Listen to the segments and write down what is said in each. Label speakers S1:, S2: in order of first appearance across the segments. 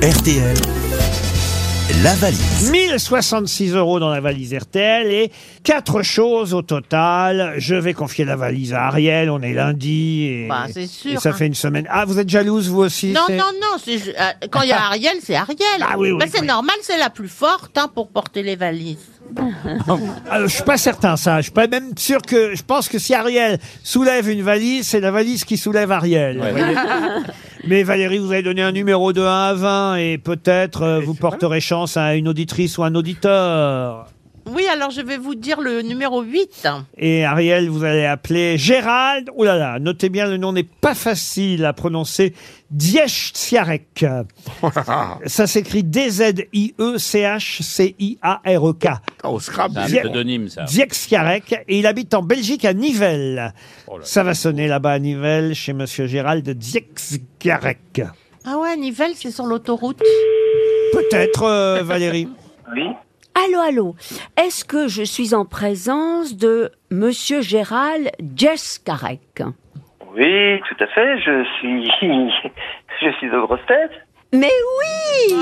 S1: RTL, la valise.
S2: 1066 euros dans la valise RTL et quatre choses au total. Je vais confier la valise à Ariel, on est lundi et,
S3: Bah, c'est sûr,
S2: et ça
S3: hein.
S2: fait une semaine. Ah, vous êtes jalouse vous aussi
S3: Non,
S2: c'est-
S3: non, non, c'est ju- euh, quand il y a Ariel, c'est Ariel.
S2: Ah oui, oui,
S3: Bah, c'est
S2: oui.
S3: normal, c'est la plus forte hein, pour porter les valises.
S2: Ah, je suis pas certain ça, je suis pas même sûr que je pense que si Ariel soulève une valise, c'est la valise qui soulève Ariel. Vous voyez Mais Valérie, vous avez donné un numéro de 1 à 20 et peut-être euh, vous porterez chance à une auditrice ou un auditeur.
S3: Oui, alors je vais vous dire le numéro 8.
S2: Et Ariel, vous allez appeler Gérald. Oh là là, notez bien, le nom n'est pas facile à prononcer. Diesch-Ciarek. Ça s'écrit E D-Z-I-E-C-H-C-I-A-R-E-K.
S4: Ah, Au Scrabble.
S5: C'est un pseudonyme, ça.
S2: Diesch-Ciarek. Et il habite en Belgique à Nivelles. Ça va sonner là-bas à Nivelles chez Monsieur Gérald Diesch-Ciarek.
S3: Ah ouais, Nivelles, c'est sur l'autoroute.
S2: Peut-être, euh, Valérie.
S6: Allô, allô. Est-ce que je suis en présence de Monsieur Gérald Jescarek
S7: Oui, tout à fait. Je suis, je suis aux grosses têtes.
S6: Mais oui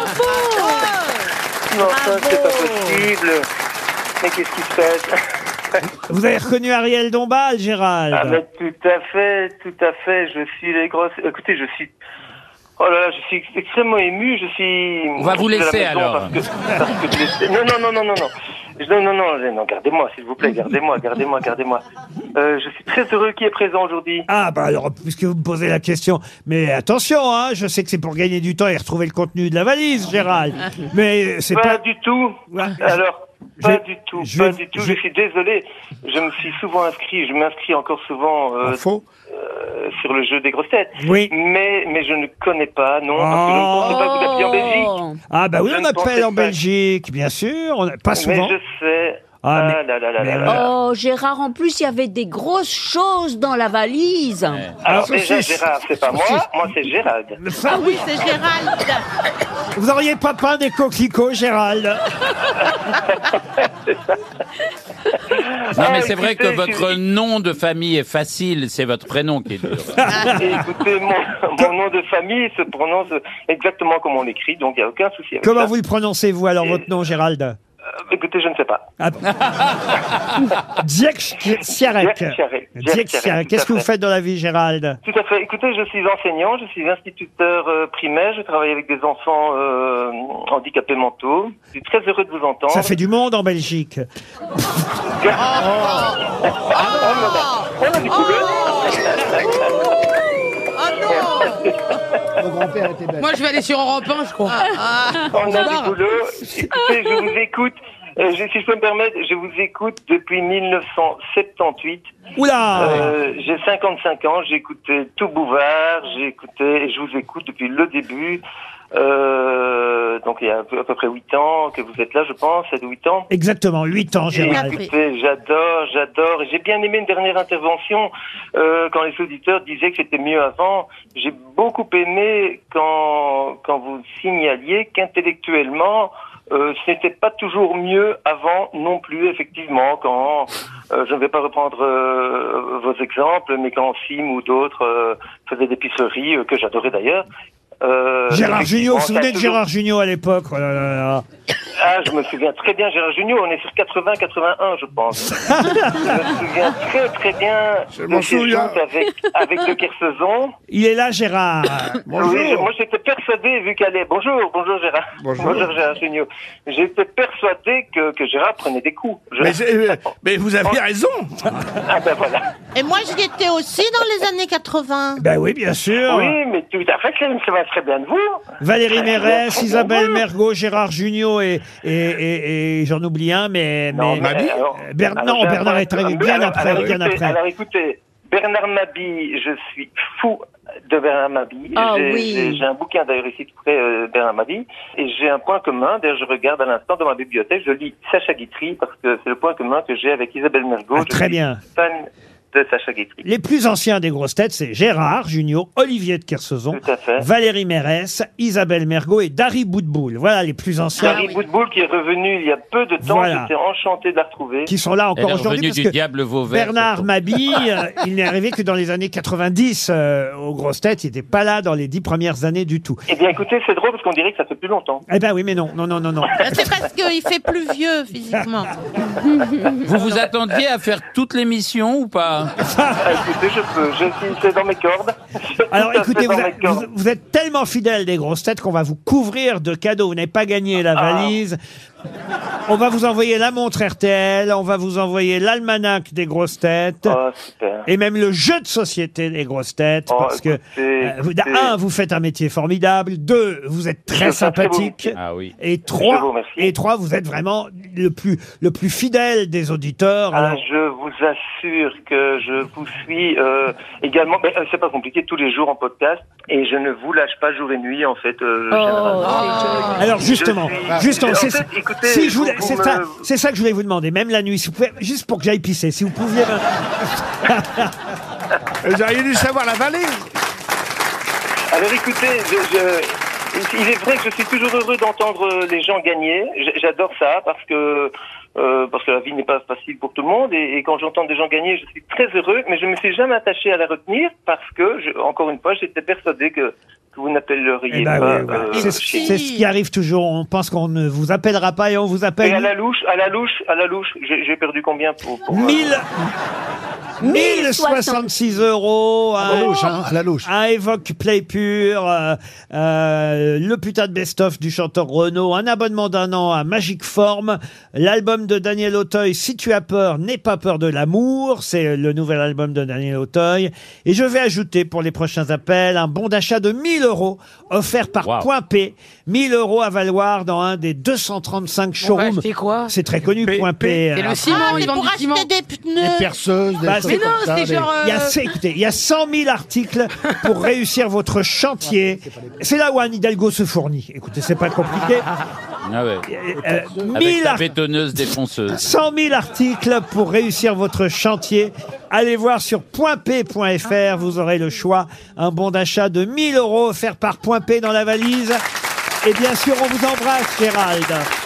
S6: Bravo
S7: Non, ça, c'est pas possible. Mais qu'est-ce qui se passe
S2: Vous avez reconnu Ariel Dombal, Gérald.
S7: Ah, mais tout à fait, tout à fait. Je suis les grosses. Écoutez, je suis. Oh là là, je suis extrêmement ému. Je suis.
S5: On va vous
S7: de la
S5: laisser,
S7: maison
S5: alors.
S7: parce que- parce que je laissais- Non, non, non, non, non, non. Je- Non, non, non, non, gardez-moi, s'il vous plaît, gardez-moi, gardez-moi, gardez-moi. Euh, je suis très heureux qui est présent aujourd'hui.
S2: Ah bah alors, puisque vous me posez la question, mais attention, hein, je sais que c'est pour gagner du temps et retrouver le contenu de la valise, Gérald. Mais euh, c'est
S7: Pas,
S2: pas...
S7: du tout.
S2: Ouais.
S7: Alors,
S2: Je
S7: pas
S2: vais-
S7: du tout,
S2: je
S7: pas
S2: vais-
S7: du tout.
S2: je
S7: Je,
S2: vais-
S7: suis désolé. Je me suis souvent inscrit, je m'inscris encore souvent euh,
S2: Ah,
S4: Faux.
S7: euh, sur le jeu des grosses têtes.
S2: Oui.
S7: Mais, mais je ne connais pas, non, parce que je ne pensais pas que Ah, bah, vous aviez en Belgique.
S2: Ah bah oui,
S7: Je
S2: on
S7: ne pensais
S2: appelle en
S7: pas.
S2: Belgique, bien sûr, on a- pas Ah, souvent.
S7: Mais je sais.
S2: Ah,
S7: Ah,
S2: mais-
S7: là là là
S2: mais
S7: là là.
S6: Oh, Gérard, en plus, il y avait des grosses choses dans la valise.
S7: Alors
S2: Alors,
S7: déjà,
S2: saucisse.
S7: Gérard, c'est pas moi, moi c'est Gérald.
S3: Ah oui, c'est Gérald.
S2: Vous auriez pas peint des coquelicots, Gérald
S5: Non,
S7: Ah,
S5: mais c'est vrai que
S7: écoutez, je
S5: votre
S7: suis-
S5: nom de famille est facile, c'est votre prénom qui est dur.
S7: Et écoutez, mon, mon nom de famille se prononce exactement comme on l'écrit, donc il n'y a aucun souci avec
S2: Comment
S7: ça.
S2: vous le prononcez, vous, alors, votre nom, Gérald
S7: Euh, Écoutez, je ne sais pas.
S2: Dieck-Siarek.
S7: Dieck Siarek. Dieck
S2: Dieck-Siarek.
S7: Siarek,
S2: Qu'est-ce que vous
S7: tout à fait.
S2: faites dans la vie, Gérald
S7: Tout à fait. Écoutez, je suis enseignant, je suis instituteur euh, primaire, je travaille avec des enfants euh, handicapés mentaux. Je suis très heureux de vous entendre.
S2: Ça fait du monde en Belgique.
S3: Oh Oh Moi, je vais aller sur Europe 1, je crois. Ah,
S7: On a du boulot. Écoutez, je vous écoute. Euh, je- si je peux me permettre, je vous écoute depuis 1978.
S2: Oula
S7: Euh, j'ai 55 ans, j'ai écouté tout Bouvard, j'ai écouté, et je vous écoute depuis le début. Euh, donc il y a à peu, à peu près 8 ans que vous êtes là, je pense, 7 ou 8 ans.
S2: Exactement, 8 ans,
S7: Et
S2: Gérald.
S3: Après.
S7: écoutez, j'adore, j'adore. Et J'ai bien aimé une dernière intervention euh, quand les auditeurs disaient que c'était mieux avant. J'ai beaucoup aimé quand quand vous signaliez qu'intellectuellement euh, c'était pas toujours mieux avant non plus effectivement quand euh, je ne vais pas reprendre euh, vos exemples mais quand Sim ou d'autres euh, faisaient des pisseries euh, que j'adorais d'ailleurs. Euh,
S2: Gérard Junior, vous vous
S7: effectivement, ça a
S2: souvenez de
S7: toujours-
S2: Gérard Junior à l'époque Oh là là là.
S7: ah, je me souviens très bien, Gérard Junior, on est sur 80-81, je pense. je me souviens très très bien
S4: m'en
S7: de ces
S4: souviens.
S7: choses avec, avec De Kersauzon.
S2: Il est là, Gérard.
S4: Bonjour.
S7: Ah Oui, je- moi j'étais persuadé, vu qu'elle est... Bonjour, bonjour Gérard.
S4: Bonjour.
S7: Gérard Junior. J'étais persuadé que, que Gérard prenait des coups. Je-
S4: Mais, c'est- euh, mais vous aviez raison.
S7: Ah ben voilà.
S3: Et moi, j'y étais aussi dans les années 80.
S2: Ben oui, bien
S4: Ah
S2: sûr.
S7: Oui, mais tout à fait, Clément, ça va très bien de vous.
S2: Valérie Mérès, Isabelle Mergot, Gérard Junior et, et, et, et j'en oublie un, mais, mais-
S4: Mabie
S7: alors-
S2: Euh, Bern-
S7: alors,
S2: non,
S7: j'ai un
S2: Bernard est
S7: problème.
S2: arrivé bien
S7: Alors,
S2: après,
S7: alors,
S2: bien
S7: écoutez,
S2: après.
S7: Alors écoutez, Bernard Mabie, je suis fou de Bernard Mabie.
S6: Ah
S7: j'ai,
S6: oui.
S7: j'ai- j'ai un bouquin d'ailleurs ici tout près, euh, Bernard Mabie. Et j'ai un point commun, d'ailleurs je regarde à l'instant dans ma bibliothèque, je lis Sacha Guitry parce que c'est le point commun que j'ai avec Isabelle Mergo.
S2: Ah, très Ah, bien.
S7: fan de Sacha Guitry.
S2: Les plus anciens des grosses têtes, c'est Gérard Junior, Olivier de Kersauzon,
S7: Tout à fait.
S2: Valérie Mérès, Isabelle Mergot et Dari Boudboul. Voilà les plus anciens
S7: Marie Boutboul qui est revenu il y a peu de temps,
S2: Voilà.
S7: j'étais enchanté de la retrouver.
S2: qui sont là
S5: Elle est
S2: encore aujourd'hui
S5: revenue
S2: parce
S5: du
S2: que
S5: diable Vauvert.
S2: Bernard Mabille, euh, il n'est arrivé que dans les années 90 euh, aux grosses têtes. Il n'était pas là dans les dix premières années du tout.
S7: Eh bien écoutez, c'est drôle parce qu'on dirait que ça fait plus longtemps.
S2: Eh ben oui, mais non, non, non, non, non.
S3: C'est parce qu'il fait plus vieux physiquement.
S5: Vous vous attendiez à faire toute l'émission ou pas
S7: Ah, écoutez, je peux, je suis, c'est dans mes cordes. C'est
S2: Alors
S7: tout à fait
S2: écoutez, vous,
S7: dans mes
S2: êtes-
S7: cordes.
S2: vous- vous êtes tellement fidèle des grosses têtes qu'on va vous couvrir de cadeaux. Vous n'avez pas gagné la
S7: Ah.
S2: valise. On va vous envoyer la montre RTL, on va vous envoyer l'almanach des grosses têtes.
S7: Oh, super.
S2: Et même le jeu de société des grosses têtes,
S7: Oh,
S2: parce que, euh,
S7: écoutez,
S2: vous-
S7: écoutez.
S2: un, vous faites un métier formidable, deux, vous êtes très
S7: Je fais un très beau
S2: sympathique,
S5: Ah oui.
S2: et
S7: Je vous
S2: trois,
S7: remercie.
S2: et trois, vous êtes vraiment le plus, le plus fidèle des auditeurs.
S7: Ah,
S2: Alors,
S7: je vous assure que je vous suis euh, également. Mais, euh, c'est pas compliqué, tous les jours en podcast, et je ne vous lâche pas jour et nuit en fait. euh,
S6: Oh.
S7: généralement.
S2: Alors justement,
S7: Je suis-
S2: justement,
S7: En
S2: c'est
S7: fait,
S2: ça.
S7: écoutez,
S2: si je
S7: vous-
S2: voulais-
S7: vous
S2: c'est
S7: me-
S2: ça, c'est ça que je voulais vous demander. Même la nuit, si vous pouvez- juste pour que j'aille pisser, si vous pouviez. me-
S7: Euh,
S4: Vous auriez dû savoir la valise.
S7: Alors écoutez, je, je- il est vrai que je suis toujours heureux d'entendre euh, les gens gagner. J- J'adore ça parce que euh, parce que la vie n'est pas facile pour tout le monde et, et quand j'entends des gens gagner, je suis très heureux. Mais je me suis jamais attaché à la retenir parce que je- encore une fois, j'étais persuadé que, que vous n'appelleriez
S2: Eh ben
S7: pas.
S2: oui, voilà.
S7: euh,
S2: c'est, ce-
S7: chez-
S2: c'est ce qui arrive toujours. On pense qu'on ne vous appellera pas et on vous
S7: Et à la
S2: appelle.
S7: louche, à la louche, à la louche, j'ai j'ai perdu combien pour, pour-
S2: 1000 1066 euros à,
S4: à la louche.
S2: à Evoque Play Pur, euh, euh, le putain de best-of du chanteur Renaud, un abonnement d'un an à Magic Form, l'album de Daniel Auteuil, Si tu as peur, n'aie pas peur de l'amour, c'est le nouvel album de Daniel Auteuil. Et je vais ajouter pour les prochains appels un bon d'achat de 1000 euros offert par
S5: Wow.
S2: Point P, 1000 euros à valoir dans un des 235 showrooms.
S8: acheter quoi
S2: C'est très connu,
S4: P-
S2: Point P.
S8: C'est
S2: euh,
S8: le ciment,
S3: Ah,
S8: ils
S3: mais
S8: vendent
S3: pour
S8: du ciment.
S3: acheter des pneus.
S9: perceuse, des
S2: Bah,
S9: choses
S2: c'est-
S8: Mais non,
S9: comme ça,
S8: Euh, c'est
S9: des-
S8: genre.
S2: Il y a,
S8: euh,
S2: c'est- écoutez, il y a 100 000 articles pour réussir votre chantier. C'est là où Anne Hidalgo se fournit. Écoutez, c'est pas compliqué.
S5: Ah ouais.
S2: Euh,
S5: Avec
S2: 1000
S5: la
S2: ar-
S5: bétonneuse défonceuse.
S2: 100 000 articles pour réussir votre chantier. Allez voir sur .p.fr, vous aurez le choix. Un bon d'achat de 1000 euros offert par Point P dans la valise. Et bien sûr, on vous embrasse, Gérald.